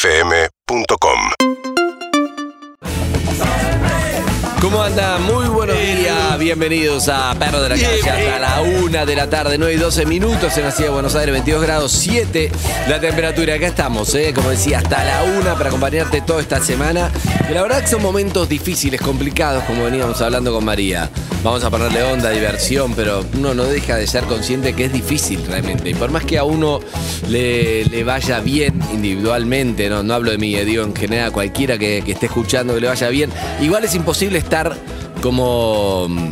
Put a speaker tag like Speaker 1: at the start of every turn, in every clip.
Speaker 1: UrbanaPlayFM.com
Speaker 2: ¿Cómo andan? Muy buenos días. Bienvenidos a Perro de la Calle. Hasta la una de la tarde, 9 y 12 minutos en la ciudad de Buenos Aires, 22 grados 7 la temperatura. Acá estamos, ¿eh? como decía, hasta la una para acompañarte toda esta semana. Y la verdad que son momentos difíciles, complicados, como veníamos hablando con María. Vamos a ponerle onda, diversión, pero uno no deja de ser consciente que es difícil realmente. Y por más que a uno le, le vaya bien individualmente, no, no hablo de mí, eh, digo en general, cualquiera que, que esté escuchando que le vaya bien, igual es imposible estar como mm,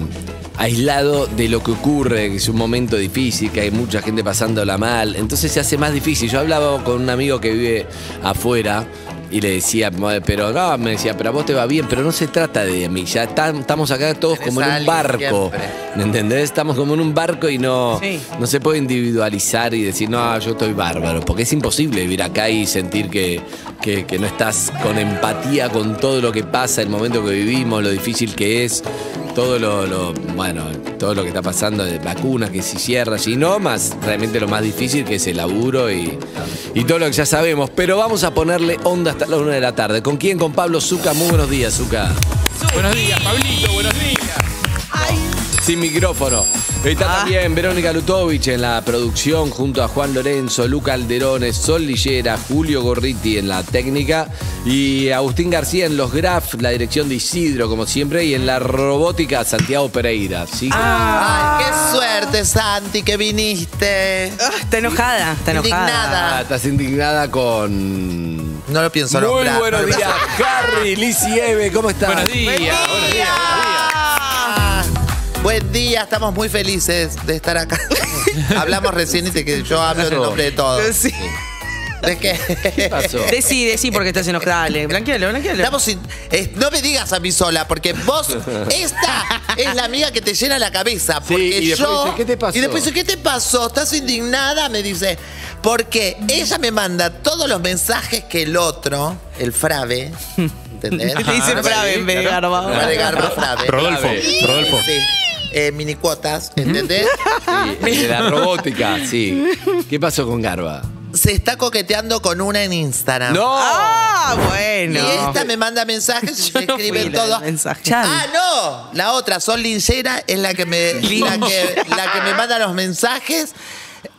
Speaker 2: aislado de lo que ocurre, que es un momento difícil, que hay mucha gente pasándola mal, entonces se hace más difícil. Yo hablaba con un amigo que vive afuera y le decía, "Madre, pero no, me decía, pero a vos te va bien, pero no se trata de mí, ya tan- estamos acá todos
Speaker 3: Tenés
Speaker 2: como en
Speaker 3: a
Speaker 2: un
Speaker 3: alguien
Speaker 2: barco.
Speaker 3: siempre.
Speaker 2: ¿Me entendés? Estamos como en un barco y no,
Speaker 3: Sí.
Speaker 2: no se puede individualizar y decir, no, yo estoy bárbaro, porque es imposible vivir acá y sentir que, que- que no estás con empatía con todo lo que pasa, el momento que vivimos, lo difícil que es, todo lo, lo- bueno, todo lo que está pasando, de vacunas que si cierras y no, más realmente lo más difícil que es el laburo y, y todo lo que ya sabemos. Pero vamos a ponerle onda hasta la una de la tarde. ¿Con quién? Con Pablo Zuca. Muy buenos días, Zuca.
Speaker 4: Buenos días, Pablito, buenos días.
Speaker 2: Sin micrófono. Está también Verónica Lutovich en la producción junto a Juan Lorenzo, Luca Alderones, Sol Lillera, Julio Gorriti en la técnica y Agustín García en los graf, la dirección de Isidro como siempre y en la robótica Santiago Pereira. Así que-
Speaker 3: Ay, qué suerte, Santi, que viniste.
Speaker 5: Está enojada, está
Speaker 2: Ah,
Speaker 3: Indignada.
Speaker 2: estás indignada con...
Speaker 3: No lo pienso
Speaker 2: Muy
Speaker 3: nombrar.
Speaker 2: buenos
Speaker 3: no lo
Speaker 2: días, Harry, Lizzy Eve, ¿cómo estás?
Speaker 4: Buenos días, buenos días,
Speaker 3: Ah, Buen día, estamos muy felices de estar acá. Hablamos recién y te- que yo hablo en nombre de todos.
Speaker 5: Sí.
Speaker 3: ¿De qué?
Speaker 2: ¿Qué pasó?
Speaker 5: Decí, decí porque estás enojada. Dale, blanquealo, blanquealo.
Speaker 3: Estamos sin- eh, no me digas a mí sola, porque vos, esta es la amiga que te llena la cabeza. Porque
Speaker 2: y después
Speaker 3: yo.
Speaker 2: dice, "¿Qué te pasó?"
Speaker 3: Y después dice, ¿qué te pasó? ¿Estás indignada? Me dice. Porque ella me manda todos los mensajes que el otro, el Frave, ¿entendés?
Speaker 5: Te dice Frave en vez de Garba.
Speaker 3: Frave, Garba, Frave.
Speaker 4: Rodolfo, Rodolfo.
Speaker 3: Sí. Eh, minicuotas, ¿entendés?
Speaker 2: Sí, de la robótica, sí. ¿Qué pasó con Garba?
Speaker 3: Se está coqueteando con una en Instagram.
Speaker 2: ¡No!
Speaker 5: Ah,
Speaker 3: Y
Speaker 5: bueno.
Speaker 3: esta me manda mensajes y
Speaker 5: Yo
Speaker 3: me
Speaker 5: no
Speaker 3: escribe
Speaker 5: fui la
Speaker 3: todo.
Speaker 5: del mensaje.
Speaker 3: Ah, no. La otra, Sol Lincera, es la que me, la que, la que me manda los mensajes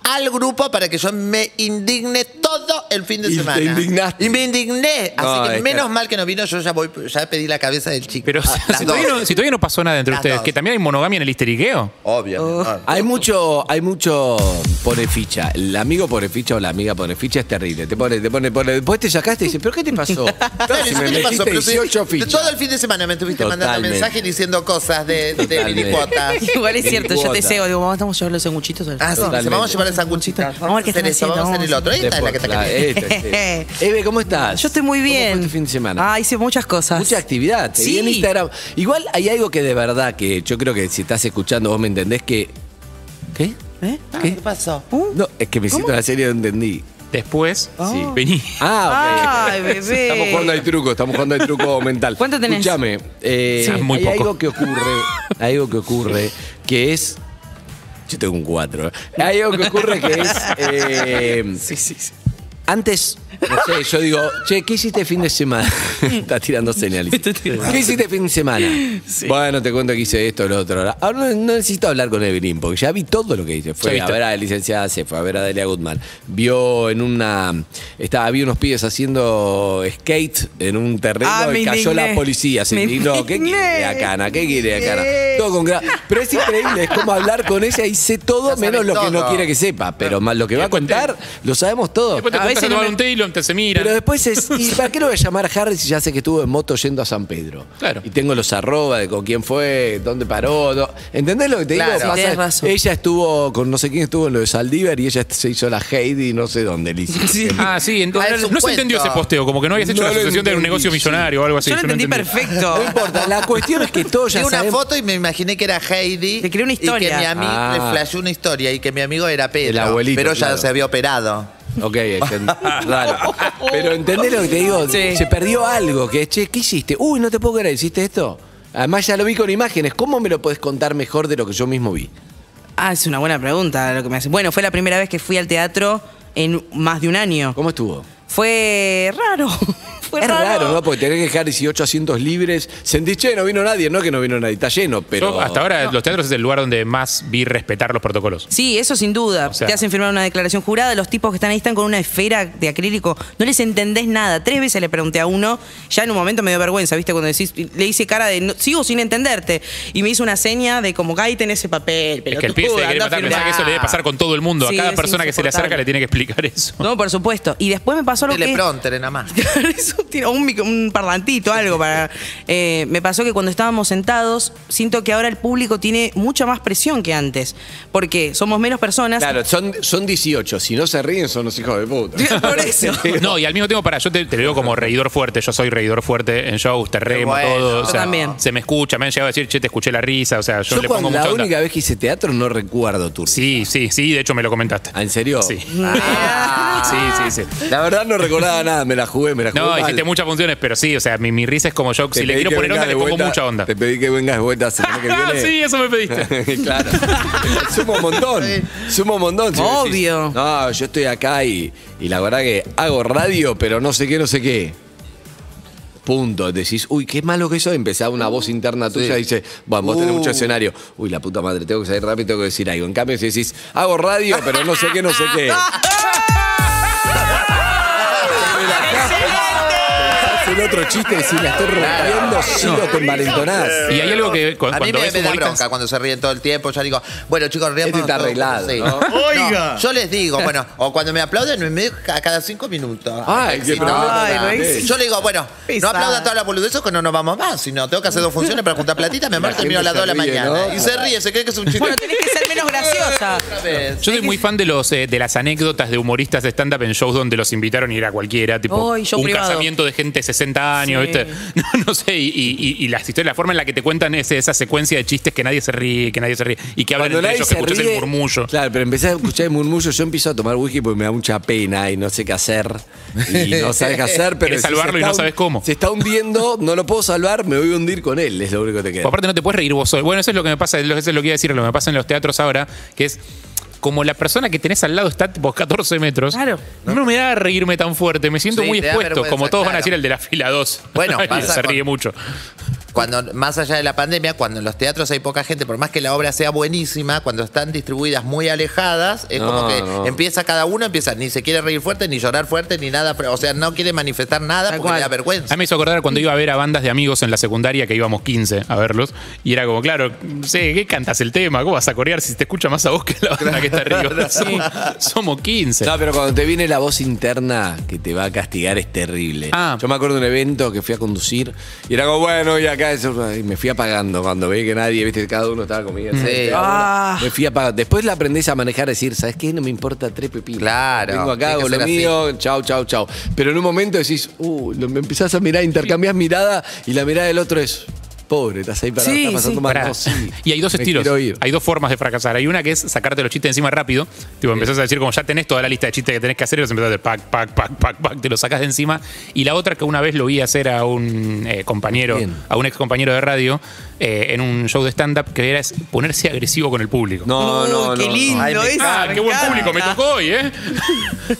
Speaker 3: al grupo para que yo me indigne todo el fin de
Speaker 2: Y te
Speaker 3: semana.
Speaker 2: indignaste.
Speaker 3: Y me indigné. Así
Speaker 2: No,
Speaker 3: que
Speaker 2: es
Speaker 3: menos
Speaker 2: que-
Speaker 3: mal que no vino, yo ya voy, ya pedí la cabeza del chico.
Speaker 4: Pero
Speaker 3: Ah, las
Speaker 4: si, todavía
Speaker 3: dos.
Speaker 4: no, si todavía no pasó nada entre
Speaker 3: Las
Speaker 4: ustedes,
Speaker 3: dos.
Speaker 4: que también hay monogamia en el histeriqueo.
Speaker 3: Obvio. no.
Speaker 2: Hay mucho, hay mucho pone ficha. El amigo pone ficha o la amiga pone ficha es terrible. Te pone, te pone, pone. Después te sacaste y dices, ¿pero qué te pasó?
Speaker 3: Claro,
Speaker 2: Si
Speaker 3: ¿y eso
Speaker 2: me
Speaker 3: qué te pasó?
Speaker 2: metiste
Speaker 3: Pero si-
Speaker 2: 18 fichas.
Speaker 3: Todo el fin de semana me estuviste mandando
Speaker 2: Totalmente.
Speaker 3: mensajes diciendo cosas de, de
Speaker 2: Totalmente.
Speaker 3: minicuotas.
Speaker 5: Igual es cierto, yo te
Speaker 2: Cuota.
Speaker 5: cego. Digo, vamos, vamos a llevar los sanguchitos.
Speaker 3: Ah, sí,
Speaker 2: Totalmente.
Speaker 3: vamos a llevar el sanguchito.
Speaker 5: Vamos a ver qué
Speaker 3: hacer esto,
Speaker 5: están
Speaker 3: vamos a hacer el
Speaker 5: haciendo,
Speaker 3: otro. Esta es la que está
Speaker 2: Claro,
Speaker 3: caliente.
Speaker 2: este, sí. Eve, ¿cómo estás?
Speaker 5: Yo estoy muy bien.
Speaker 2: ¿Cómo fue tu fin de semana?
Speaker 5: Ah, hice muchas cosas.
Speaker 2: Mucha actividad. Te vi
Speaker 5: Sí.
Speaker 2: en Instagram. Igual hay algo que de verdad que yo creo que si estás escuchando vos me entendés que. ¿Qué?
Speaker 5: ¿Eh?
Speaker 2: ¿Qué?
Speaker 3: Ah, pasó?
Speaker 5: ¿Uh?
Speaker 2: No, es que me hiciste una serie donde entendí.
Speaker 4: Después,
Speaker 2: Sí.
Speaker 4: vení.
Speaker 2: Ah, ok.
Speaker 5: Ay, bebé.
Speaker 2: Estamos jugando al truco, estamos jugando al truco mental.
Speaker 5: ¿Cuánto tenés?
Speaker 2: Escúchame, eh,
Speaker 4: Sí. Muy
Speaker 2: hay
Speaker 4: poco.
Speaker 2: algo que ocurre, hay algo que ocurre que es. Yo tengo un 4. Hay algo que ocurre que es. eh, Antes, no sé, yo digo, che, ¿qué hiciste fin de semana? Está tirando señales. ¿Qué hiciste fin de semana? Bueno, te cuento que hice esto, lo otro. Ahora no, no necesito hablar con Evelyn, porque ya vi todo lo que hice. Fue a
Speaker 4: Ya viste.
Speaker 2: ver a la licenciada, se fue a ver a Delia Goodman. Vio en una. Estaba, vi unos pibes haciendo skate en un terreno
Speaker 5: Ah,
Speaker 2: y
Speaker 5: me
Speaker 2: cayó la
Speaker 5: indigné.
Speaker 2: policía. Se
Speaker 5: Me
Speaker 2: indignó. ¿Qué
Speaker 5: indigné.
Speaker 2: quiere la cana? ¿Qué quiere la cana?
Speaker 5: Sí.
Speaker 2: Todo con gra- Pero es increíble, es como hablar con ella y sé todo
Speaker 3: Ya sabe
Speaker 2: menos lo que no
Speaker 3: todo.
Speaker 2: quiere que sepa. Pero más lo que va a contar, lo sabemos todo.
Speaker 4: Después te
Speaker 5: A
Speaker 4: juntás
Speaker 5: veces
Speaker 4: a tomar
Speaker 5: no me-
Speaker 4: un té y lo te se mira.
Speaker 2: Pero después es, ¿y para qué lo voy a llamar a Harry si ya sé que estuvo en moto yendo a San Pedro?
Speaker 4: Claro.
Speaker 2: Y tengo los arroba de con quién fue, dónde paró. no- ¿Entendés lo que te
Speaker 3: Claro.
Speaker 2: digo? Pasa-
Speaker 5: Tenés razón.
Speaker 2: Ella estuvo con no sé quién estuvo en lo de Saldívar y ella se hizo la Heidi no sé dónde, Liz.
Speaker 4: Ah, sí, entonces
Speaker 3: Ah, es un
Speaker 4: no
Speaker 3: cuento.
Speaker 4: se entendió ese posteo, como que no habías hecho
Speaker 2: No
Speaker 4: la
Speaker 2: lo
Speaker 4: asociación de un
Speaker 2: entendí,
Speaker 4: negocio
Speaker 2: sí.
Speaker 4: millonario o algo así.
Speaker 5: Yo lo entendí
Speaker 4: entendí.
Speaker 5: perfecto.
Speaker 2: No importa, la cuestión es que todos ya
Speaker 3: Vi una
Speaker 2: sabemos
Speaker 3: foto y me imaginé que era Heidi.
Speaker 5: Te creé una
Speaker 3: Y que
Speaker 5: historia.
Speaker 3: mi amigo
Speaker 2: Ah.
Speaker 3: le flashó una historia y que mi amigo era Pedro.
Speaker 2: El abuelito,
Speaker 3: Pero ya
Speaker 2: claro.
Speaker 3: se había operado.
Speaker 2: Ok, enten- raro. Pero ¿entendés lo que te digo?
Speaker 5: Sí.
Speaker 2: Se perdió algo, que che, ¿qué hiciste? Uy, no te puedo creer, ¿hiciste esto? Además ya lo vi con imágenes, ¿cómo me lo podés contar mejor de lo que yo mismo vi?
Speaker 5: Ah, es una buena pregunta lo que me hacen. Bueno, fue la primera vez que fui al teatro en más de un año.
Speaker 2: ¿Cómo estuvo?
Speaker 5: Fue raro. Fue
Speaker 2: Es raro, ¿no? Porque tenés que dejar 18 asientos libres. Sentís, che, no vino nadie. No que no vino nadie, está lleno, pero...
Speaker 4: Yo, hasta ahora los teatros es el lugar donde más vi respetar los protocolos.
Speaker 5: Sí, eso sin duda.
Speaker 4: O sea-
Speaker 5: Te hacen firmar una declaración jurada. Los tipos que están ahí están con una esfera de acrílico. No les entendés nada. Tres veces le pregunté a uno. Ya en un momento me dio vergüenza, ¿viste? Cuando decís, le hice cara de, "No- sigo sin entenderte. Y me hizo una seña de como, cállate en ese papel. Pero
Speaker 4: es que el pibe se quiere matar, pensá que eso le debe pasar con todo el mundo. a cada persona que se le acerca le tiene que explicar eso.
Speaker 5: No, por supuesto. Y después me pasó lo que...
Speaker 3: Teleprompter, nada más.
Speaker 5: Es un tiro- un, micro- un parlantito, algo para. Eh, me pasó que cuando estábamos sentados, siento que ahora el público tiene mucha más presión que antes. Porque somos menos personas.
Speaker 2: Claro, son, son 18. Si no se ríen, son los hijos de puta.
Speaker 5: Por eso.
Speaker 4: No, y al mismo tiempo, para, yo te, te lo digo como reidor fuerte, yo soy reidor fuerte en shows, te remo
Speaker 3: bueno.
Speaker 4: todo. o
Speaker 5: Yo
Speaker 4: sea,
Speaker 5: también.
Speaker 4: Se me escucha, me han llegado a decir, che, te escuché la risa, o sea, yo,
Speaker 2: Yo,
Speaker 4: le
Speaker 2: cuando
Speaker 4: pongo
Speaker 2: la
Speaker 4: mucha onda.
Speaker 2: única vez que hice teatro no recuerdo turno.
Speaker 4: Sí, sí, sí, de hecho me lo comentaste.
Speaker 2: ¿Ah, ¿En serio?
Speaker 4: Sí.
Speaker 2: Ah.
Speaker 4: Sí, sí, sí.
Speaker 2: La verdad no recordaba nada, me la jugué, me la jugué.
Speaker 4: No,
Speaker 2: mal.
Speaker 4: hiciste muchas funciones, pero sí, o sea, mi, mi risa es como yo,
Speaker 2: Te
Speaker 4: si le
Speaker 2: pedí
Speaker 4: quiero
Speaker 2: que
Speaker 4: poner
Speaker 2: vengas
Speaker 4: onda,
Speaker 2: de
Speaker 4: le pongo
Speaker 2: vuelta-
Speaker 4: mucha onda.
Speaker 2: Te pedí que vengas de vuelta semana que
Speaker 4: Ah,
Speaker 2: viene.
Speaker 4: sí, eso me pediste.
Speaker 2: claro. Sumo un montón. Sumo un montón. si me decís,
Speaker 5: Obvio.
Speaker 2: no, yo estoy acá y, y la verdad que hago radio, pero no sé qué, no sé qué. Punto. Decís, uy, qué malo que soy. Empezaba una voz interna tuya y dice, bueno, vos tenés mucho escenario. Uy, la puta madre, tengo que salir rápido, tengo que decir algo. En cambio, si decís, hago radio, pero no sé qué, no sé qué. Haz el otro chiste y decís, la estoy rompiendo, si no te envalentonás.
Speaker 4: Y hay algo que cu-
Speaker 3: A
Speaker 4: cuando
Speaker 3: mí me,
Speaker 4: ves
Speaker 3: me da
Speaker 4: humoristas-
Speaker 3: bronca cuando se ríen todo el tiempo. Yo digo, bueno, chicos, ríen
Speaker 2: Este está arreglado, ¿no?
Speaker 3: Oiga. yo les digo, bueno, o cuando me aplauden, me medio ca- cada cinco minutos.
Speaker 2: Ay, qué
Speaker 3: Si no,
Speaker 2: problema
Speaker 5: Ay,
Speaker 2: grande.
Speaker 5: Rex.
Speaker 3: yo le digo, bueno, no
Speaker 5: Pesado.
Speaker 3: aplaudan todas las boludeces que no nos vamos más, sino tengo que hacer dos funciones para juntar platita, me marco y
Speaker 2: gente
Speaker 3: termino a las
Speaker 2: se
Speaker 3: dos de la
Speaker 2: ríe,
Speaker 3: mañana.
Speaker 2: ¿no?
Speaker 3: Y se ríe, se cree que es un chiste.
Speaker 5: Bueno, tenés que ser menos graciosa.
Speaker 3: Otra vez.
Speaker 4: Yo soy muy fan de los eh, de las anécdotas de humoristas de stand-up en shows donde los invitaron y era cualquiera, tipo
Speaker 5: Ay, show
Speaker 4: un
Speaker 5: privado.
Speaker 4: casamiento de gente de 60 años,
Speaker 5: Sí.
Speaker 4: ¿viste? No, no sé, y, y- y las historias, la forma en la que te cuentan es esa secuencia de chistes que nadie se ríe, que nadie se ríe, y que hablan
Speaker 2: Cuando
Speaker 4: entre
Speaker 2: nadie
Speaker 4: ellos, que
Speaker 2: se
Speaker 4: escuchas
Speaker 2: ríe,
Speaker 4: el murmullo.
Speaker 2: Claro, pero empecé a escuchar el murmullo. Yo empiezo a tomar whisky porque me da mucha pena y no sé qué hacer. Y no sabes qué hacer, pero.
Speaker 4: Querés salvarlo
Speaker 2: se
Speaker 4: y
Speaker 2: está
Speaker 4: no
Speaker 2: hun-
Speaker 4: sabes cómo.
Speaker 2: Se está hundiendo, no lo puedo salvar, me voy a hundir con él, es lo único que te
Speaker 4: O
Speaker 2: queda.
Speaker 4: aparte no te puedes reír vos solo. Bueno, eso es lo que me pasa, lo- eso es lo que iba a decir, lo que me pasa en los teatros ahora, que es como la persona que tenés al lado está tipo 14 metros,
Speaker 5: Claro.
Speaker 4: no, me da reírme tan fuerte, me siento
Speaker 3: Sí,
Speaker 4: muy
Speaker 3: te da
Speaker 4: expuesto,
Speaker 3: vergüenza,
Speaker 4: como todos van a
Speaker 3: claro.
Speaker 4: decir el de la fila 2.
Speaker 3: Bueno,
Speaker 4: Y
Speaker 3: pasa
Speaker 4: se
Speaker 3: con-
Speaker 4: ríe mucho.
Speaker 3: cuando más allá de la pandemia, cuando en los teatros hay poca gente, por más que la obra sea buenísima, cuando están distribuidas muy alejadas, es
Speaker 2: No,
Speaker 3: como que
Speaker 2: no.
Speaker 3: empieza cada uno, empieza ni se quiere reír fuerte, ni llorar fuerte, ni nada, o sea, no quiere manifestar nada
Speaker 5: Tal
Speaker 3: porque le da
Speaker 5: cual.
Speaker 3: vergüenza.
Speaker 4: A mí me hizo acordar cuando iba a ver a bandas de amigos en la secundaria que íbamos 15 a verlos. Y era como, claro, no sé, ¿qué cantas el tema? ¿Cómo vas a corear si te escucha más a vos que a la banda que está arriba? Somos, somos 15.
Speaker 2: No, pero cuando te viene la voz interna que te va a castigar es terrible.
Speaker 4: Ah.
Speaker 2: Yo me acuerdo de un evento que fui a conducir y era como, bueno, y acá eso, y me fui apagando cuando veía que nadie, viste, cada uno estaba conmigo.
Speaker 3: Sí.
Speaker 5: Ah.
Speaker 2: Me fui apagando. Después la aprendés a manejar, a decir, ¿sabes qué? No me importa tres pepinos.
Speaker 3: Claro,
Speaker 2: Vengo acá,
Speaker 3: tiene que
Speaker 2: hago lo
Speaker 3: ser así.
Speaker 2: mío, chau, chau, chau. Pero en un momento decís, uh, lo- me empezás a mirar, intercambiás mirada y la mirada del otro es, pobre, estás ahí parado,
Speaker 5: Sí,
Speaker 2: estás pasando
Speaker 5: sí.
Speaker 2: mal.
Speaker 4: Pará.
Speaker 2: No, sí,
Speaker 4: Y hay dos
Speaker 2: me
Speaker 4: estilos.
Speaker 2: quiero ir.
Speaker 4: Hay dos formas de fracasar. Hay una que es sacarte los chistes encima rápido. Tipo, empezás a decir como ya tenés toda la lista de chistes que tenés que hacer y los empezás a hacer pac, pac, pac, pac, pac, te los sacás de encima. Y la otra que una vez lo vi hacer a un eh, compañero,
Speaker 2: Bien.
Speaker 4: a un ex compañero de radio, eh, en un show de stand-up, que era es ponerse agresivo con el público.
Speaker 2: No, no,
Speaker 5: Uy,
Speaker 2: no.
Speaker 5: Qué lindo
Speaker 3: Ay, me-
Speaker 5: eso.
Speaker 4: Ah,
Speaker 5: me
Speaker 4: qué buen
Speaker 5: encanta.
Speaker 4: público me tocó hoy, ¿eh?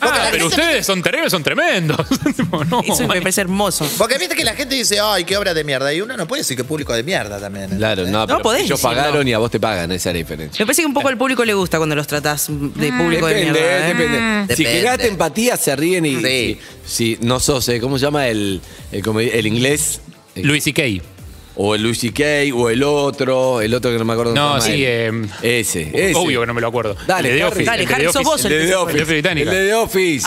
Speaker 4: Ah,
Speaker 3: la
Speaker 4: pero
Speaker 3: gente-
Speaker 4: ustedes son terribles, son tremendos. Tipo, no,
Speaker 5: Eso me
Speaker 4: man.
Speaker 5: parece hermoso.
Speaker 3: Porque viste que la gente dice, ay, qué obra de mierda. Y uno no puede decir que público de mierda también. ¿eh?
Speaker 2: Claro, no, pero
Speaker 5: podés
Speaker 2: ellos
Speaker 5: decirlo.
Speaker 2: pagaron y a vos te pagan, esa es la diferencia.
Speaker 5: Me parece que un poco al público le gusta cuando los tratás de público de
Speaker 2: Depende,
Speaker 5: mierda. ¿eh?
Speaker 2: depende. Si
Speaker 3: Depende.
Speaker 2: generaste empatía, se ríen y.
Speaker 3: Sí.
Speaker 2: Si, si no sos, eh, ¿cómo se llama el, el, comedi- el inglés? El-
Speaker 4: Luis y Kay.
Speaker 2: O el Luis C.K. o el otro, el otro que no me acuerdo.
Speaker 4: No,
Speaker 2: cómo se
Speaker 4: sí,
Speaker 2: llama.
Speaker 4: eh,
Speaker 2: ese, ese.
Speaker 4: Obvio que no me lo acuerdo.
Speaker 2: Dale,
Speaker 4: El de The
Speaker 2: Harry.
Speaker 4: Office,
Speaker 5: Dale,
Speaker 4: el de
Speaker 5: Harry,
Speaker 4: The
Speaker 5: sos
Speaker 4: Office.
Speaker 5: vos
Speaker 2: El de
Speaker 5: que
Speaker 2: The
Speaker 5: se fue.
Speaker 2: Office.
Speaker 4: El de Británica.
Speaker 2: El de The Office.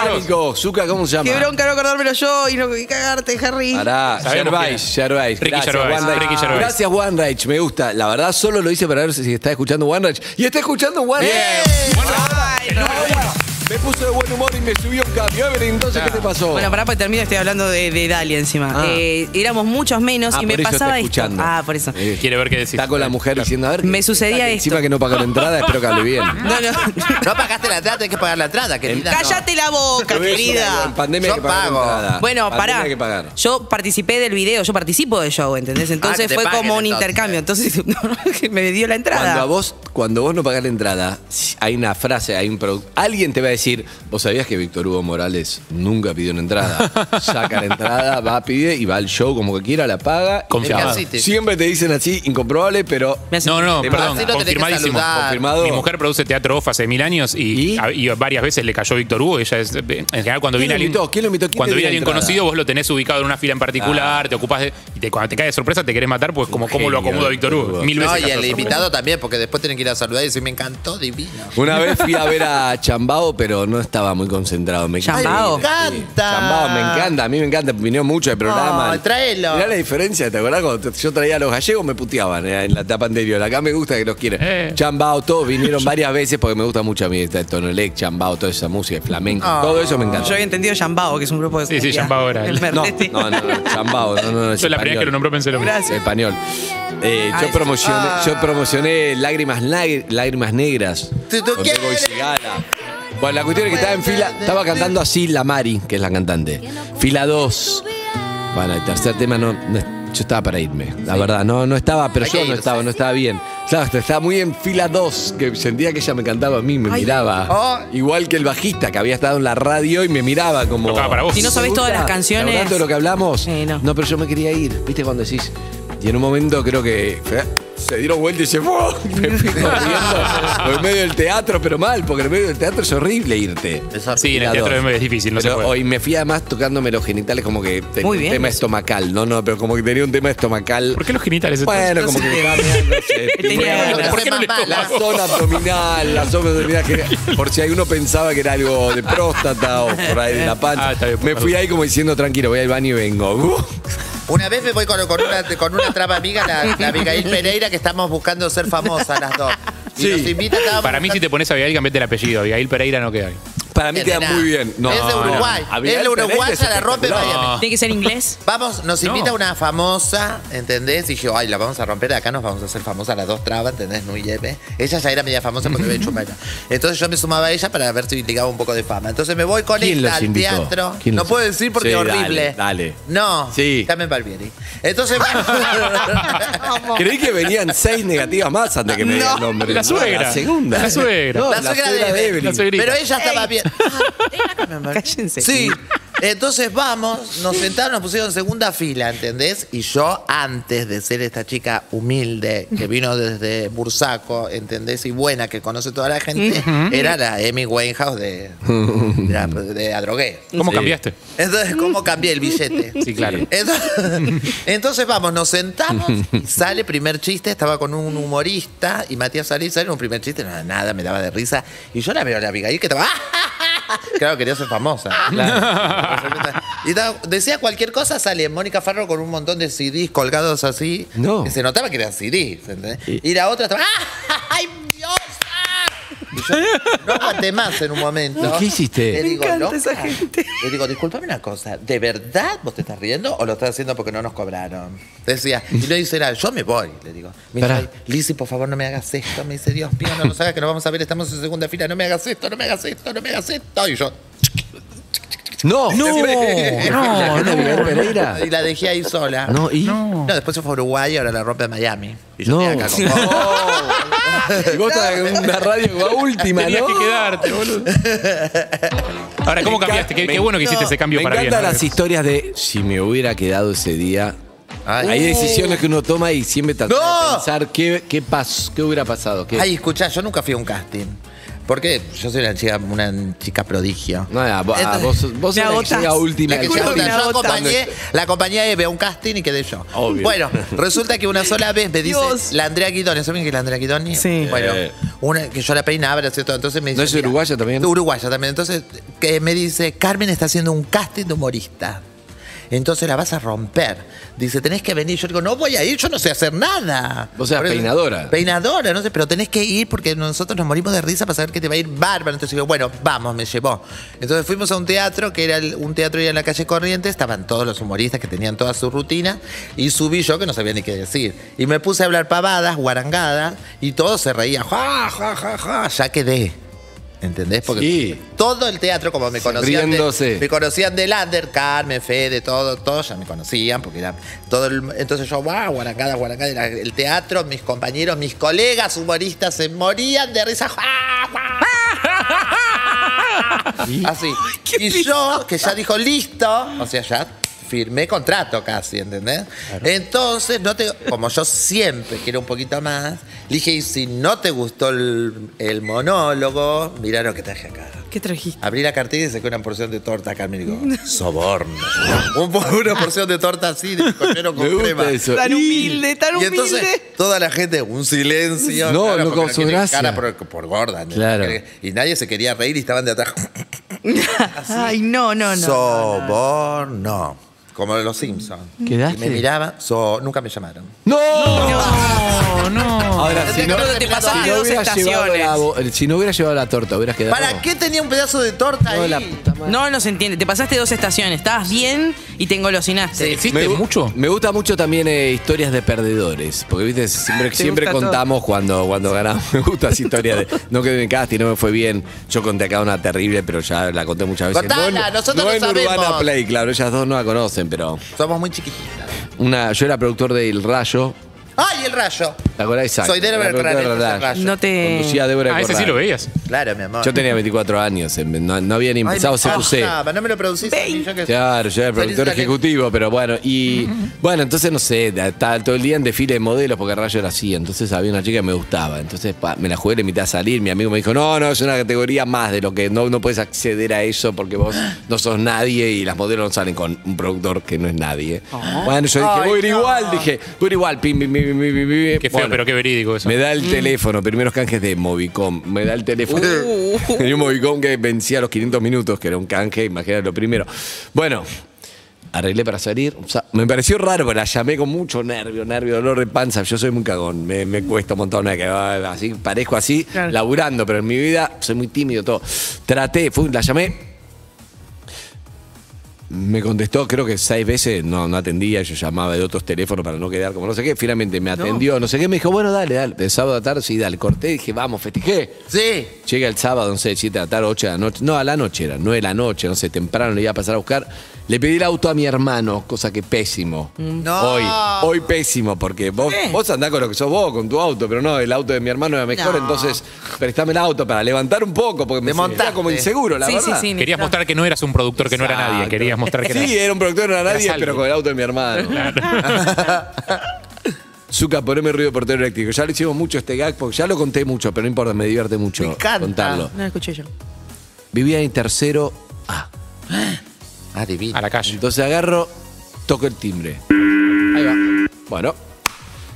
Speaker 2: el británico. Zuka, ¿cómo se llama?
Speaker 5: Qué bronca no acordármelo yo y no que cagarte, Harry.
Speaker 2: Pará,
Speaker 4: Sabemos
Speaker 2: Gervais,
Speaker 4: quién es.
Speaker 2: Gervais.
Speaker 4: Ricky
Speaker 2: Gracias,
Speaker 4: Gervais,
Speaker 2: One Reich.
Speaker 4: Ricky Gervais.
Speaker 2: Gracias, One Reich, me gusta. La verdad, solo lo hice para ver si está escuchando One Reich. Y está escuchando One
Speaker 4: Bien.
Speaker 2: Reich.
Speaker 4: One Reich.
Speaker 2: Ay, no, bueno. Me puso de buen humor y me subió un cambio. Evelyn, Entonces, ¿qué te pasó?
Speaker 5: Bueno, pará, porque termino, estoy hablando de, de Dalia encima.
Speaker 2: Ah.
Speaker 5: Eh, éramos muchos menos
Speaker 2: Ah,
Speaker 5: y me
Speaker 2: por eso está
Speaker 5: pasaba esto.
Speaker 2: escuchando.
Speaker 5: Ah, por eso.
Speaker 2: Eh,
Speaker 4: Quiere ver qué decís.
Speaker 2: Está con la mujer diciendo, a ver.
Speaker 5: Me
Speaker 2: que-
Speaker 5: sucedía
Speaker 2: que Encima
Speaker 5: esto.
Speaker 2: que no pagaron entrada, espero que hable bien.
Speaker 5: No, no.
Speaker 3: No pagaste la entrada, tenés que pagar la entrada, querida. no.
Speaker 5: Cállate la boca,
Speaker 2: Eso,
Speaker 5: querida.
Speaker 2: En pandemia
Speaker 3: Yo
Speaker 2: hay que pagar
Speaker 3: pago.
Speaker 2: entrada.
Speaker 5: Bueno,
Speaker 2: Pandemia
Speaker 5: pará.
Speaker 2: hay Ah, que pagar.
Speaker 5: Yo participé del video, yo participo del show, ¿entendés?
Speaker 3: Ah, que
Speaker 5: Entonces
Speaker 3: te
Speaker 5: fue
Speaker 3: paguen,
Speaker 5: como un
Speaker 3: entonces.
Speaker 5: intercambio. Entonces no, que me dio la entrada.
Speaker 2: Cuando a vos, cuando vos no pagás la entrada, hay una frase, hay un producto. Alguien te va a decir, vos sabías que Víctor Hugo Morales nunca pidió una entrada. Saca la entrada, va, pide y va al show como que quiera, la paga. y
Speaker 4: Confiado.
Speaker 2: venga. Siempre te dicen así, incomprobable, pero...
Speaker 5: Me hace-
Speaker 4: No, no,
Speaker 2: Te
Speaker 4: perdón,
Speaker 3: vas, sí lo tenés que
Speaker 4: confirmadísimo.
Speaker 3: saludar.
Speaker 2: Confirmado.
Speaker 4: Mi mujer produce teatro off hace mil años y,
Speaker 2: ¿Y?
Speaker 4: a- y varias veces le cayó Víctor Hugo. Ella es, en general, cuando
Speaker 2: ¿Quién
Speaker 4: viene
Speaker 2: lo
Speaker 4: alguien,
Speaker 2: invitó? ¿Quién lo invitó? ¿Quién
Speaker 4: cuando
Speaker 2: te dio
Speaker 4: viene
Speaker 2: la
Speaker 4: alguien
Speaker 2: entrada?
Speaker 4: conocido, vos lo tenés ubicado en una fila en particular, te ocupás de. Y te- cuando te cae de sorpresa, te querés matar, pues como
Speaker 2: Ah. Un
Speaker 4: cómo lo
Speaker 2: genio,
Speaker 4: acomoda Víctor
Speaker 2: Víctor
Speaker 4: Hugo.
Speaker 2: Hugo.
Speaker 4: Mil
Speaker 3: No,
Speaker 4: veces.
Speaker 3: y
Speaker 4: cayó
Speaker 3: el
Speaker 4: sorpresa.
Speaker 3: invitado también, porque después tienen que ir a saludar y decir, me encantó, divino.
Speaker 2: Una vez fui a ver a Chambao, pero no estaba muy concentrado. Me encanta.
Speaker 5: Chambao.
Speaker 2: Sí,
Speaker 3: Ay, me encanta.
Speaker 2: Chambao, me encanta. A mí me encanta. Vinieron mucho el programa.
Speaker 3: Ay, tráelo.
Speaker 2: Mirá la diferencia, ¿te acordás? Cuando t- yo traía a los gallegos, me puteaban eh, en la etapa anterior. Acá me gusta que los quieran.
Speaker 4: Eh.
Speaker 2: Chambao, todos vinieron varias veces porque me gusta mucho a mí. Está Tonolec, Chambao, toda esa música, el flamenco. Todo eso me encanta.
Speaker 5: Yo había entendido Yambao, que es un grupo de.
Speaker 4: Sí, sí,
Speaker 5: cumbia.
Speaker 4: Yambao era él.
Speaker 5: El
Speaker 2: No,
Speaker 5: Merlete.
Speaker 2: no, no, no, Chambao, no, no, no, es
Speaker 4: Yo la primera
Speaker 2: español.
Speaker 4: que lo nombró pensé lo mismo.
Speaker 2: Es Español. Eh,
Speaker 5: Ay,
Speaker 2: yo, promocioné,
Speaker 3: Ah.
Speaker 2: yo promocioné Lágrimas, Nag- lágrimas Negras.
Speaker 3: Si tú
Speaker 2: con Tego y
Speaker 3: quieres.
Speaker 2: Cigala. Bueno, la cuestión es que estaba en fila, estaba cantando así la Mari, que es la cantante. Fila 2. Bueno, el tercer tema no, no- yo estaba para irme, la verdad, no, no estaba, pero
Speaker 3: Hay
Speaker 2: yo
Speaker 3: que
Speaker 2: no
Speaker 3: irse.
Speaker 2: estaba, no estaba bien. Claro, este, estaba muy en fila 2, que sentía que ella me cantaba a mí, me miraba.
Speaker 3: Oh.
Speaker 2: Igual que el bajista que había estado en la radio y me miraba como.
Speaker 4: Tocaba para vos.
Speaker 5: Si no sabés todas las canciones.
Speaker 2: ¿Te acordás todo lo que hablamos?
Speaker 5: Sí, no.
Speaker 2: pero yo me quería ir. ¿Viste cuando decís? Y en un momento creo que fue- se dieron vuelta y se fue. Me fui corriendo por el medio del teatro, pero mal, porque en el medio del teatro es horrible irte.
Speaker 4: Sí, en el
Speaker 2: Fila
Speaker 4: teatro
Speaker 2: dos.
Speaker 4: es difícil, no se
Speaker 2: Pero
Speaker 4: puede.
Speaker 2: hoy me fui además tocándome los genitales como que tenía
Speaker 5: Muy
Speaker 2: un
Speaker 5: bien.
Speaker 2: tema estomacal. No, no, pero como que tenía un tema estomacal.
Speaker 4: ¿Por qué los genitales entonces?
Speaker 2: Bueno, como que me daba- no sé,
Speaker 5: Tenía
Speaker 2: tipo,
Speaker 5: ganas.
Speaker 2: la-
Speaker 4: ¿Por qué no le
Speaker 3: Mamá,
Speaker 2: la
Speaker 4: tomas?
Speaker 2: zona abdominal, la zona abdominal, que- por si alguno pensaba que era algo de próstata o por ahí de la panza.
Speaker 4: Ah, está bien,
Speaker 2: me fui ahí como diciendo, tranquilo, voy al baño y vengo. Uh,
Speaker 3: Una vez me voy con, con una, con una trapa amiga, la, la Abigail Pereira, que estamos buscando ser famosas las dos. Y
Speaker 2: Sí.
Speaker 3: nos invita estábamos
Speaker 4: Para mí, si te
Speaker 3: buscando-
Speaker 4: pones a Abigail, cambiate el apellido. Abigail Pereira no queda bien.
Speaker 2: Para mí queda
Speaker 3: Nena,
Speaker 2: muy bien. No,
Speaker 3: es de
Speaker 2: no,
Speaker 3: Uruguay.
Speaker 2: no. Abigail
Speaker 3: Es de Uruguay,
Speaker 2: Pereira
Speaker 3: se la rompe
Speaker 2: espectacular.
Speaker 4: Ah.
Speaker 3: Miami.
Speaker 5: Tiene que ser inglés.
Speaker 3: Vamos, nos invita
Speaker 4: No.
Speaker 3: una famosa, ¿entendés? Y yo, ay, la vamos a romper, acá nos vamos a hacer famosas las dos trabas, ¿entendés? No lleve. Ella ya era media famosa porque había hecho baila. Entonces yo me sumaba a ella para ver si ligaba un poco de fama. Entonces me voy con
Speaker 2: ¿Quién
Speaker 3: ella
Speaker 2: los
Speaker 3: al
Speaker 2: invitó?
Speaker 3: teatro.
Speaker 2: ¿Quién
Speaker 3: no
Speaker 2: los-
Speaker 3: puedo decir porque
Speaker 2: Sí,
Speaker 3: es
Speaker 2: dale,
Speaker 3: horrible.
Speaker 2: dale.
Speaker 3: No,
Speaker 2: Sí.
Speaker 3: Carmen Palmieri. Entonces vamos.
Speaker 2: Creí que venían seis negativas más antes que me diga el nombre.
Speaker 4: la
Speaker 2: No,
Speaker 4: suegra.
Speaker 2: La segunda.
Speaker 4: La suegra.
Speaker 2: No, la, suegra, de
Speaker 3: Evelyn.
Speaker 4: La suegrita.
Speaker 3: Pero ella estaba
Speaker 5: Ey.
Speaker 3: bien.
Speaker 5: Cállense.
Speaker 3: Sí. Entonces vamos, nos sentaron, nos pusieron en segunda fila, ¿entendés? Y yo, antes de ser esta chica humilde que vino desde Bursaco, ¿entendés? Y buena, que conoce toda la gente, era la Amy Winehouse de, de, la- de Adrogué.
Speaker 4: ¿Cómo
Speaker 2: Sí.
Speaker 4: cambiaste?
Speaker 3: Entonces, ¿cómo cambié el billete?
Speaker 4: Sí, claro.
Speaker 3: Entonces, entonces, vamos, nos sentamos y sale primer chiste, estaba con un humorista y Matías Salís sale un primer chiste, no, nada, me daba de risa. Y yo la veo a la Abigail que estaba. Claro, quería ser famosa. Y estaba- decía cualquier cosa, sale Mónica Farro con un montón de CDs colgados así.
Speaker 2: No.
Speaker 3: que Se notaba que eran CDs. ¿entendés? Y la otra estaba. ¡Ay, Dios! ah". Y yo no aguanté más en un momento.
Speaker 2: ¿Y qué hiciste?
Speaker 3: Le
Speaker 5: Me
Speaker 3: digo,
Speaker 5: encanta esa
Speaker 3: "Loca".
Speaker 5: gente.
Speaker 3: Le digo, disculpame una cosa, ¿de verdad vos te estás riendo o lo estás haciendo porque no nos cobraron? Decía, y le dice, era, yo me voy, le digo. Me dice,
Speaker 2: Pará.
Speaker 3: "Ay, Lizzy, por favor, no me hagas esto. Me dice, Dios mío, no nos hagas que nos vamos a ver, estamos en segunda fila, no me hagas esto, no me hagas esto, no me hagas esto. Y yo,
Speaker 2: No.
Speaker 5: No,
Speaker 2: La
Speaker 5: no,
Speaker 2: gente de Abigail
Speaker 5: no.
Speaker 2: Pereira.
Speaker 3: y la dejé ahí sola.
Speaker 2: No, y.
Speaker 3: No, después se fue a Uruguay y ahora la rompe en Miami. Y yo
Speaker 2: No.
Speaker 3: estoy acá con vos.
Speaker 2: Y vos estás en una radio que va última,
Speaker 4: Tenías
Speaker 2: ¿no?
Speaker 4: que quedarte, boludo. Ahora, ¿cómo
Speaker 2: Me
Speaker 4: cambiaste? Qué,
Speaker 2: encanta-
Speaker 4: qué bueno que hiciste ese cambio
Speaker 2: Me
Speaker 4: para bien.
Speaker 2: encantan
Speaker 4: ¿no?
Speaker 2: las historias de si me hubiera quedado ese día.
Speaker 3: Ay.
Speaker 2: Hay decisiones que uno toma y siempre trata
Speaker 3: ¡No!
Speaker 2: de pensar qué, qué, pas- qué hubiera pasado. qué-
Speaker 3: Ay, escuchá, yo nunca fui a un casting. Porque yo soy una chica, una chica prodigio.
Speaker 2: No, a, vo- a
Speaker 3: Entonces-
Speaker 2: vos, vos
Speaker 5: Me
Speaker 2: sos la que
Speaker 5: agotás.
Speaker 2: llega última.
Speaker 3: La que
Speaker 2: del
Speaker 3: yo,
Speaker 2: casting.
Speaker 3: la- yo acompañé,
Speaker 2: Cuando-
Speaker 3: la compañía Eve a un casting y quedé yo.
Speaker 2: Obvio.
Speaker 3: Bueno, resulta que una sola vez me dice
Speaker 5: Dios.
Speaker 3: la Andrea Guidoni, ¿saben que es la Andrea Guidoni?
Speaker 5: Sí.
Speaker 3: Bueno,
Speaker 2: Eh.
Speaker 3: una que yo la peinaba, era cierto. Entonces me dice.
Speaker 2: ¿No es
Speaker 3: mira,
Speaker 2: uruguaya también?
Speaker 3: Uruguaya también. Entonces que me dice, Carmen está haciendo un casting de humorista. Entonces la vas a romper. Dice, tenés que venir. Yo digo, no voy a ir, yo no sé hacer nada.
Speaker 2: Vos seas
Speaker 3: Por eso-
Speaker 2: peinadora.
Speaker 3: Peinadora, no sé, pero tenés que ir porque nosotros nos morimos de risa para saber que te va a ir bárbaro. Entonces digo, bueno, vamos, me llevó. Entonces fuimos a un teatro, que era el- un teatro ahí en la calle Corrientes, estaban todos los humoristas que tenían toda su rutina, y subí yo que no sabía ni qué decir. Y me puse a hablar pavadas, guarangadas, y todos se reían, ja, ja, ja, ja, ya quedé. ¿Entendés? Porque
Speaker 2: Sí.
Speaker 3: todo el teatro, como me conocían, de,
Speaker 2: Riéndose.
Speaker 3: me conocían de Lander, Carmen, Fede, todo, todos ya me conocían, porque era todo el- entonces yo, guau, guaracada, guaracada, era el teatro, mis compañeros, mis colegas humoristas se morían de risa. ¡Ah, ah! Así. Y yo, que ya dijo listo, o sea, ya firmé contrato casi, ¿entendés? Entonces, no te, como yo siempre quiero un poquito más, le dije, y si no te gustó el, el monólogo, mirá lo que traje acá.
Speaker 5: ¿Qué trajiste?
Speaker 3: Abrí la cartilla y saqué una porción de torta, Carmen. y digo, soborno. Un po- una porción de torta así, de cochero
Speaker 2: Me
Speaker 3: con
Speaker 2: gusta
Speaker 3: crema.
Speaker 2: eso.
Speaker 5: Tan
Speaker 2: Y-
Speaker 5: humilde, tan
Speaker 3: Y
Speaker 5: humilde.
Speaker 3: entonces toda la gente, un silencio.
Speaker 2: No, no
Speaker 3: porque
Speaker 2: con su
Speaker 3: tiene
Speaker 2: gracia.
Speaker 3: Cara por, por gorda. ¿no?
Speaker 2: Claro.
Speaker 3: Y nadie se quería reír y estaban de atrás.
Speaker 5: Ay, no, no, no.
Speaker 3: Soborno. Como los Simpsons.
Speaker 2: ¿Quedaste?
Speaker 3: Y me miraban, so- nunca me llamaron.
Speaker 2: ¡No!
Speaker 4: No, no.
Speaker 2: Ahora, si no,
Speaker 5: creo que te pasaste dos
Speaker 2: hubieras llevado
Speaker 5: estaciones.
Speaker 2: la, bo- si no hubiera llevado la torta, hubieras quedado.
Speaker 3: ¿Para qué tenía un pedazo de torta
Speaker 2: No,
Speaker 3: ahí?
Speaker 2: la puta madre.
Speaker 5: No, no se entiende. Te pasaste dos estaciones. Estabas bien y te engolosinaste.
Speaker 4: ¿Existe
Speaker 2: gu-
Speaker 4: mucho?
Speaker 2: Me gusta mucho también eh, historias de perdedores. Porque, viste, siempre, siempre
Speaker 5: gusta todo.
Speaker 2: contamos cuando, cuando ganamos. Me gusta esa historia de no quedé en casting, no me fue bien. Yo conté acá una terrible, pero ya la conté muchas veces.
Speaker 3: Contala,
Speaker 2: no en-
Speaker 3: nosotros
Speaker 2: no
Speaker 3: no
Speaker 2: en
Speaker 3: sabemos.
Speaker 2: Urbana Play, claro, ellas dos no la conocen, pero.
Speaker 3: Somos muy chiquititas.
Speaker 2: Una, yo era productor de El Rayo.
Speaker 3: ¡Ay, el rayo!
Speaker 2: ¿Te acordás? Exacto,
Speaker 3: Soy
Speaker 2: era
Speaker 3: Débora
Speaker 2: productor
Speaker 3: Beltrán,
Speaker 2: del
Speaker 3: entonces, El Rayo.
Speaker 5: No
Speaker 2: Con
Speaker 5: te.
Speaker 2: Lucía Débora
Speaker 4: Ah, ese sí
Speaker 2: Corral.
Speaker 4: lo veías.
Speaker 3: Claro, mi amor.
Speaker 2: Yo tenía 24 años, eh, no, no había ni
Speaker 3: Ay,
Speaker 2: empezado
Speaker 3: me
Speaker 2: CQC.
Speaker 3: encantaba, No me lo producís. a mí, yo que-
Speaker 2: Claro, yo era el
Speaker 3: Soy
Speaker 2: productor
Speaker 3: italiana.
Speaker 2: ejecutivo, pero bueno, y bueno, entonces no sé, estaba todo el día en desfile de modelos porque Rayo era así, entonces había una chica que me gustaba, entonces pa, me la jugué, le invité a salir, mi amigo me dijo, no, no, es una categoría más de lo que no, no puedes acceder a eso porque vos no sos nadie y las modelos no salen con un productor que no es nadie. Bueno, yo dije,
Speaker 3: Ay,
Speaker 2: voy a ir
Speaker 3: no.
Speaker 2: igual, dije, voy a ir igual, pim, pim, pim, pim, pim, pim.
Speaker 4: Qué feo,
Speaker 2: Bueno,
Speaker 4: pero qué verídico eso.
Speaker 2: me da
Speaker 3: Mm.
Speaker 2: el teléfono, primeros canjes de Movicom. Me da el teléfono.
Speaker 3: Uh.
Speaker 2: Tenía un Movicom que vencía los 500 minutos, que era un canje, imagínate lo primero. Bueno, arreglé para salir. O sea, me pareció raro, pero la llamé con mucho nervio, nervio, dolor de panza. Yo soy muy cagón, me, me cuesta un montón. me quedo Así, parezco así, laburando, pero en mi vida soy muy tímido, todo. Traté, fui, la llamé, me contestó, creo que seis veces, no, no atendía, yo llamaba de otros teléfonos para no quedar como no sé qué. Finalmente me atendió, no, sé qué, me dijo, bueno, dale, dale. De sábado a tarde, sí, dale. Corté, dije, vamos, festejé.
Speaker 3: Sí.
Speaker 2: Llega el sábado, no sé, 7 de la tarde, 8 de la noche. No, a la noche era, 9 de la noche, no sé, temprano le iba a pasar a buscar. Le pedí el auto a mi hermano, cosa que pésimo.
Speaker 5: Mm.
Speaker 3: No.
Speaker 2: Hoy, hoy pésimo, porque vos, vos andás con lo que sos vos, con tu auto, pero no, el auto de mi hermano era mejor,
Speaker 5: No.
Speaker 2: entonces prestame el auto para levantar un poco, porque me sentía
Speaker 3: Desmontaste.
Speaker 2: como inseguro, la
Speaker 5: sí,
Speaker 2: verdad.
Speaker 5: sí, sí,
Speaker 4: Querías
Speaker 5: necesitaba.
Speaker 4: mostrar que no eras un productor, que no era nadie.
Speaker 2: Exacto.
Speaker 4: Querías mostrar que
Speaker 2: Sí,
Speaker 4: eras.
Speaker 2: era un productor, no era
Speaker 4: Eras
Speaker 2: nadie,
Speaker 4: alguien.
Speaker 2: pero con el auto de mi hermano. Zucca, poneme ruido de portero eléctrico. Ya lo hicimos mucho este gag, porque ya lo conté mucho, pero no importa, me divierte mucho
Speaker 3: Me encanta.
Speaker 2: contarlo.
Speaker 5: No lo escuché yo.
Speaker 2: Vivía en tercero A.
Speaker 5: Ah,
Speaker 3: Adivina.
Speaker 4: A la calle.
Speaker 2: Entonces agarro, toco el timbre. Ahí va. Bueno.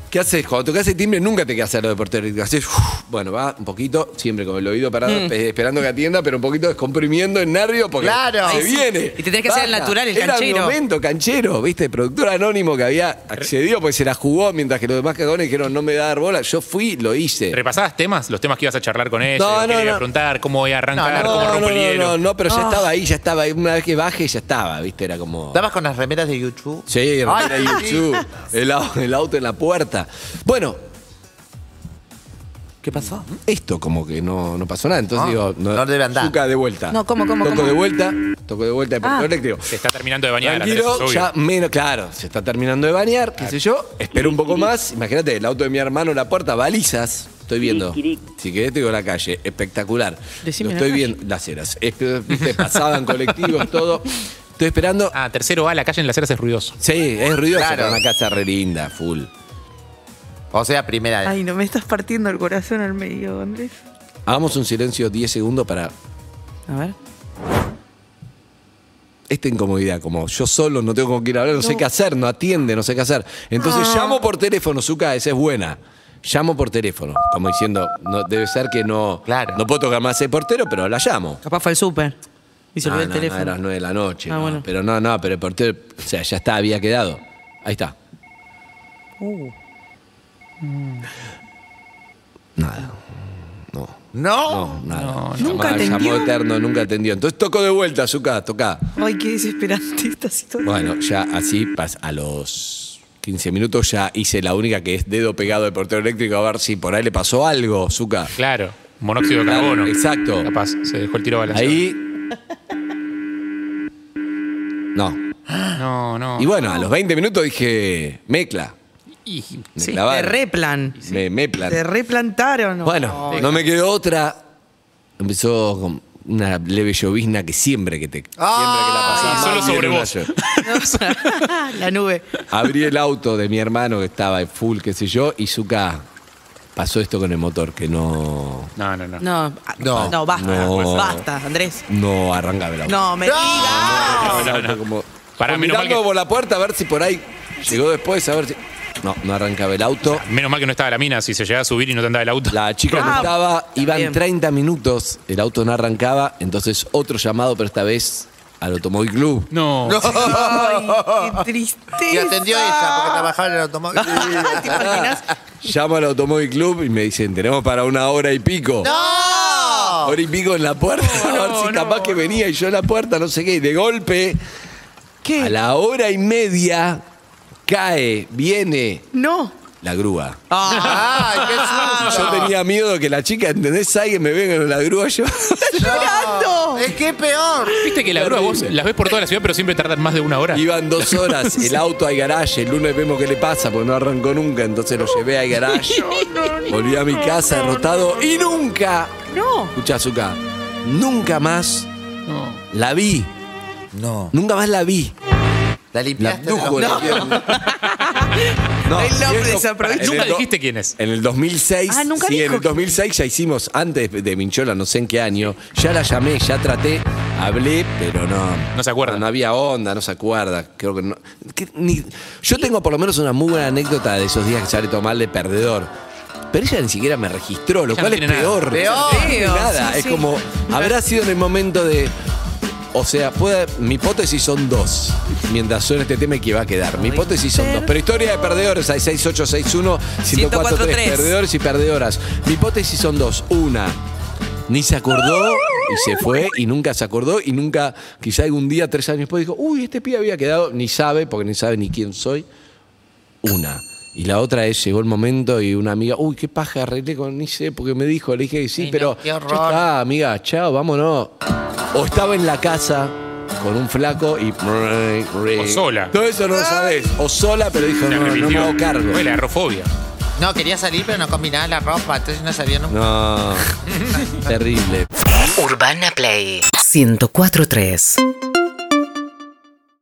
Speaker 2: ¿Qué haces? Cuando tocas el timbre nunca te quedas a lo de portero eléctrico. Haces, uf, bueno, va un poquito, siempre con el oído parado,
Speaker 4: Mm.
Speaker 2: pe- esperando que atienda, pero un poquito descomprimiendo el nervio porque
Speaker 3: Claro.
Speaker 2: se
Speaker 3: Ay, sí.
Speaker 2: viene.
Speaker 5: Y te tenés que hacer el natural, el
Speaker 2: Era
Speaker 5: canchero.
Speaker 2: un momento canchero, ¿viste? Productor anónimo que había accedido porque se la jugó mientras que los demás cagones dijeron no me da dar bola. Yo fui, lo hice.
Speaker 4: ¿Repasabas temas? Los temas que ibas a charlar con ella,
Speaker 2: eh. No,
Speaker 4: lo que
Speaker 2: no,
Speaker 4: le iba
Speaker 2: no.
Speaker 4: a preguntar, cómo voy a arrancar,
Speaker 2: No,
Speaker 4: cómo
Speaker 2: no,
Speaker 4: rompo
Speaker 2: no,
Speaker 4: el hielo.
Speaker 2: no, no, pero ya
Speaker 5: Ah.
Speaker 2: estaba ahí, ya estaba ahí. Una vez que baje, ya estaba, ¿viste? Era como.
Speaker 3: ¿Estabas con las remeras de YouTube?
Speaker 2: Sí,
Speaker 3: Ay,
Speaker 2: remera YouTube, el, au- el auto en la puerta. Bueno,
Speaker 3: ¿Qué pasó?
Speaker 2: esto como que no, no pasó nada. Entonces
Speaker 3: No,
Speaker 2: digo,
Speaker 3: Ah, no debe andar.
Speaker 2: Zucca, de vuelta.
Speaker 5: No, ¿cómo, cómo,
Speaker 2: Toco
Speaker 5: cómo? Ah.
Speaker 2: de vuelta, toco de vuelta de portero eléctrico.
Speaker 4: Se está terminando de bañar. Andrés,
Speaker 2: Tranquilo,
Speaker 4: es obvio.
Speaker 2: ya menos, claro, se está terminando de bañar, qué sé yo. Espero un poco más. Imagínate, el auto de mi hermano, la puerta, balizas. Estoy viendo. Si querés, te digo la calle. Espectacular.
Speaker 5: Decime
Speaker 2: Lo
Speaker 5: la
Speaker 2: estoy
Speaker 5: calle.
Speaker 2: viendo. Las eras. Espe- viste, Pasaban colectivos, todo. Estoy esperando.
Speaker 4: Ah, tercero A, la calle en las eras es ruidoso.
Speaker 2: Sí, es ruidoso.
Speaker 3: Claro.
Speaker 2: pero Una casa re linda, full.
Speaker 3: O sea, primera vez.
Speaker 5: Ay, no me estás partiendo el corazón al medio, Andrés.
Speaker 2: Hagamos un silencio 10 segundos para
Speaker 5: A ver.
Speaker 2: esta incomodidad, como yo solo no tengo con quién hablar, no, sé qué hacer, no atiende, no sé qué hacer. Entonces
Speaker 5: Ah.
Speaker 2: llamo por teléfono, Zuka, esa es buena. Llamo por teléfono, como diciendo, no, debe ser que no,
Speaker 3: Claro.
Speaker 2: no puedo tocar más el portero, pero la llamo.
Speaker 5: Capaz fue al súper. Y se
Speaker 2: No,
Speaker 5: olvidó el
Speaker 2: no,
Speaker 5: teléfono.
Speaker 2: no, era las 9 de la noche.
Speaker 5: Ah,
Speaker 2: no,
Speaker 5: bueno.
Speaker 2: Pero no, no, pero el portero, o sea, ya está, había quedado. Ahí está.
Speaker 5: Uh.
Speaker 2: Nada. No.
Speaker 3: No.
Speaker 2: No, nada.
Speaker 5: Nunca
Speaker 2: Llamó-
Speaker 5: atendió.
Speaker 2: Llamó eterno, nunca atendió. Entonces toco de vuelta, Zuka, toca.
Speaker 5: Ay, qué desesperante esta situación.
Speaker 2: Bueno, ya así, pas- a los 15 minutos ya hice la única que es dedo pegado del portero eléctrico a ver si por ahí le pasó algo, Zuka.
Speaker 4: Claro. Monóxido de carbono.
Speaker 2: Exacto.
Speaker 4: Capaz, se dejó el tiro balanceado.
Speaker 2: Ahí. No.
Speaker 4: No, no.
Speaker 2: Y bueno, a los 20 minutos dije, mecla.
Speaker 4: Y-
Speaker 2: Me
Speaker 5: Sí, te
Speaker 2: clavaron.
Speaker 5: replan.
Speaker 2: Me, meplan.
Speaker 5: Te replantaron.
Speaker 2: Bueno, no me quedó otra. Empezó con una leve llovizna que siempre que te.
Speaker 3: Ah,
Speaker 2: siempre que la pasás mal,
Speaker 4: solo sobre
Speaker 2: viene
Speaker 4: vos.
Speaker 2: una llo-
Speaker 5: la nube.
Speaker 2: Abrí el auto de mi hermano que estaba en full, qué sé yo, y Zuka pasó esto con el motor que no.
Speaker 4: No, no, no.
Speaker 5: No, ah,
Speaker 3: No.
Speaker 5: no, basta. pues,
Speaker 2: No.
Speaker 5: Basta, Andrés.
Speaker 2: No arrancaba el auto.
Speaker 5: No, me digas.
Speaker 2: No,
Speaker 4: no,
Speaker 2: el auto
Speaker 4: no.
Speaker 2: como-
Speaker 4: Pará,
Speaker 2: como
Speaker 4: menos mal
Speaker 2: mirando
Speaker 4: que-
Speaker 2: por la puerta a ver si por ahí llegó después, a ver si. No, no arrancaba el auto.
Speaker 4: Menos mal que no estaba la mina, si se llegaba a subir y no te andaba el auto.
Speaker 2: La chica no
Speaker 5: Ah,
Speaker 2: estaba, iban
Speaker 5: bien.
Speaker 2: 30 minutos, el auto no arrancaba, entonces otro llamado, pero esta vez al Automóvil Club.
Speaker 4: No.
Speaker 5: Ay, qué tristeza.
Speaker 3: Y atendió ella porque trabajaba en el automóvil.
Speaker 5: ¿Te imaginas?
Speaker 2: Llamo al Automóvil Club y me dicen, tenemos para una hora y pico.
Speaker 3: ¡No!
Speaker 2: Hora y pico en la puerta, a ver si capaz que venía y yo en la puerta, no sé qué, y de golpe,
Speaker 5: ¿Qué?
Speaker 2: a la hora y media, cae, viene
Speaker 5: No.
Speaker 2: la grúa.
Speaker 3: Ah. ¡Ay, qué susto!
Speaker 2: Yo tenía miedo que la chica, ¿entendés? Alguien me venga en la grúa yo.
Speaker 5: llorando.
Speaker 3: Es que es peor.
Speaker 4: Viste que la grúa vos las ves por toda la ciudad, pero siempre tardan más de una hora.
Speaker 2: Iban dos horas, el auto al garage, el lunes vemos qué le pasa, porque no arrancó nunca, entonces lo llevé al garage, volví a mi casa derrotado y nunca,
Speaker 5: No.
Speaker 2: escuchá Zuka, nunca más la vi,
Speaker 3: No.
Speaker 2: nunca más la vi.
Speaker 3: La
Speaker 2: La
Speaker 3: limpiaste.
Speaker 2: abdujo,
Speaker 3: de
Speaker 2: la
Speaker 3: los-
Speaker 2: quiero. No,
Speaker 5: El hombre
Speaker 2: siendo-
Speaker 5: desaprovechado.
Speaker 2: en
Speaker 4: Nunca
Speaker 2: el do-
Speaker 4: dijiste quién es.
Speaker 2: En el 2006,
Speaker 5: Ah, nunca
Speaker 2: sí, en
Speaker 5: dijo
Speaker 2: el 2006 ya hicimos, antes de Minchola, no sé en qué año, ya la llamé, ya traté, hablé, pero no.
Speaker 4: No se acuerda.
Speaker 2: No, había onda, no se acuerda. Creo que no. que ni- yo tengo por lo menos una muy buena anécdota de esos días que sale todo mal de perdedor. Pero ella ni siquiera me registró, lo
Speaker 4: Ella
Speaker 2: cual
Speaker 4: no
Speaker 2: es
Speaker 4: tiene nada.
Speaker 2: peor.
Speaker 3: Peor.
Speaker 2: No tiene nada.
Speaker 5: Sí,
Speaker 2: es
Speaker 5: sí.
Speaker 2: como, habrá sido en el momento de. O sea, puede- mi hipótesis son dos. Mientras suena este tema y que va a quedar. Mi hipótesis son dos. Pero historia de perdedores hay 6861 1043
Speaker 5: 1043.
Speaker 2: Perdedores y perdedoras. Mi hipótesis son dos. Una, ni se acordó y se fue y nunca se acordó y nunca, quizá algún día, tres años después, dijo, uy, este pibe había quedado, ni sabe, porque ni sabe ni quién soy. Una. Y la otra es, llegó el momento y una amiga, uy, qué paja, arreglé con, ni sé, porque me dijo, le dije que sí,
Speaker 3: Ay, no,
Speaker 2: pero
Speaker 3: qué
Speaker 2: ya
Speaker 3: horror.
Speaker 2: está, Ah, amiga, chao, vámonos. O estaba en la casa con un flaco y...
Speaker 4: O sola.
Speaker 2: Todo eso no lo sabes. O sola, pero dijo, no, no me hago cargo.
Speaker 4: Fue la arrofobia.
Speaker 3: No, quería salir, pero no combinaba la ropa, entonces no sabía nunca.
Speaker 2: No, terrible.
Speaker 6: Urbana Play 104.3